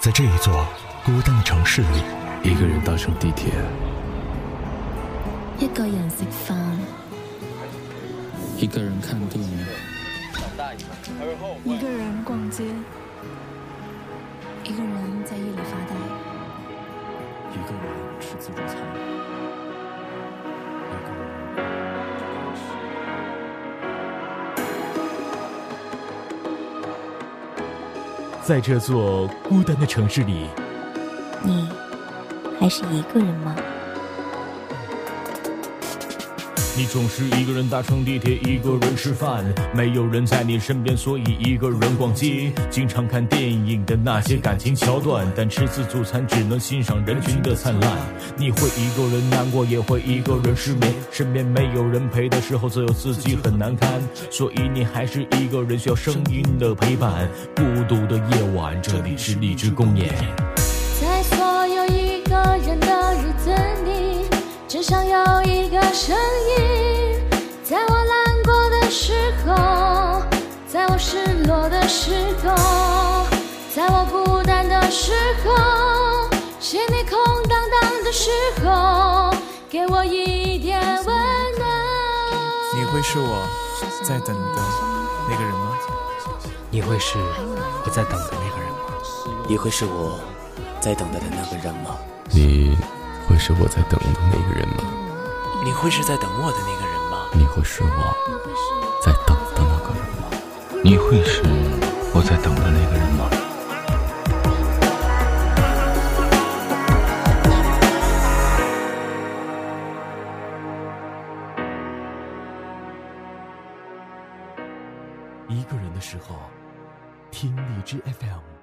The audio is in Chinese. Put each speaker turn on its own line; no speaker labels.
在这一座孤单的城市里，
一个人搭乘地铁，
一個人食飯，
一个人看电影，
一個人逛街，一個人在夜里发呆，
一个人吃自助餐，一个人。
在这座孤单的城市里，
你还是一个人吗？
你总是一个人搭乘地铁，一个人吃饭，没有人在你身边，所以一个人逛街。经常看电影的那些感情桥段，但吃自助餐只能欣赏人群的灿烂。你会一个人难过，也会一个人失眠，身边没有人陪的时候，只有自己很难堪。所以你还是一个人，需要声音的陪伴。孤独的夜晚，这里是荔枝公园。
在所有一个人的日子里，至少有一个声音，在我难过的时候，在我失落的时候，在我孤单的时候，心里空荡荡的时候，给我一点温暖。
你会是我在等的那个人吗？
你会是我在等的那个人吗？
你会是我在等待的那个人吗？
你会是我在等的那个人吗？
你会是在等我的那个人吗？
你会是我在等的那个人吗？
你会是我在等的那个人吗？
一个人的时候，听荔枝 FM。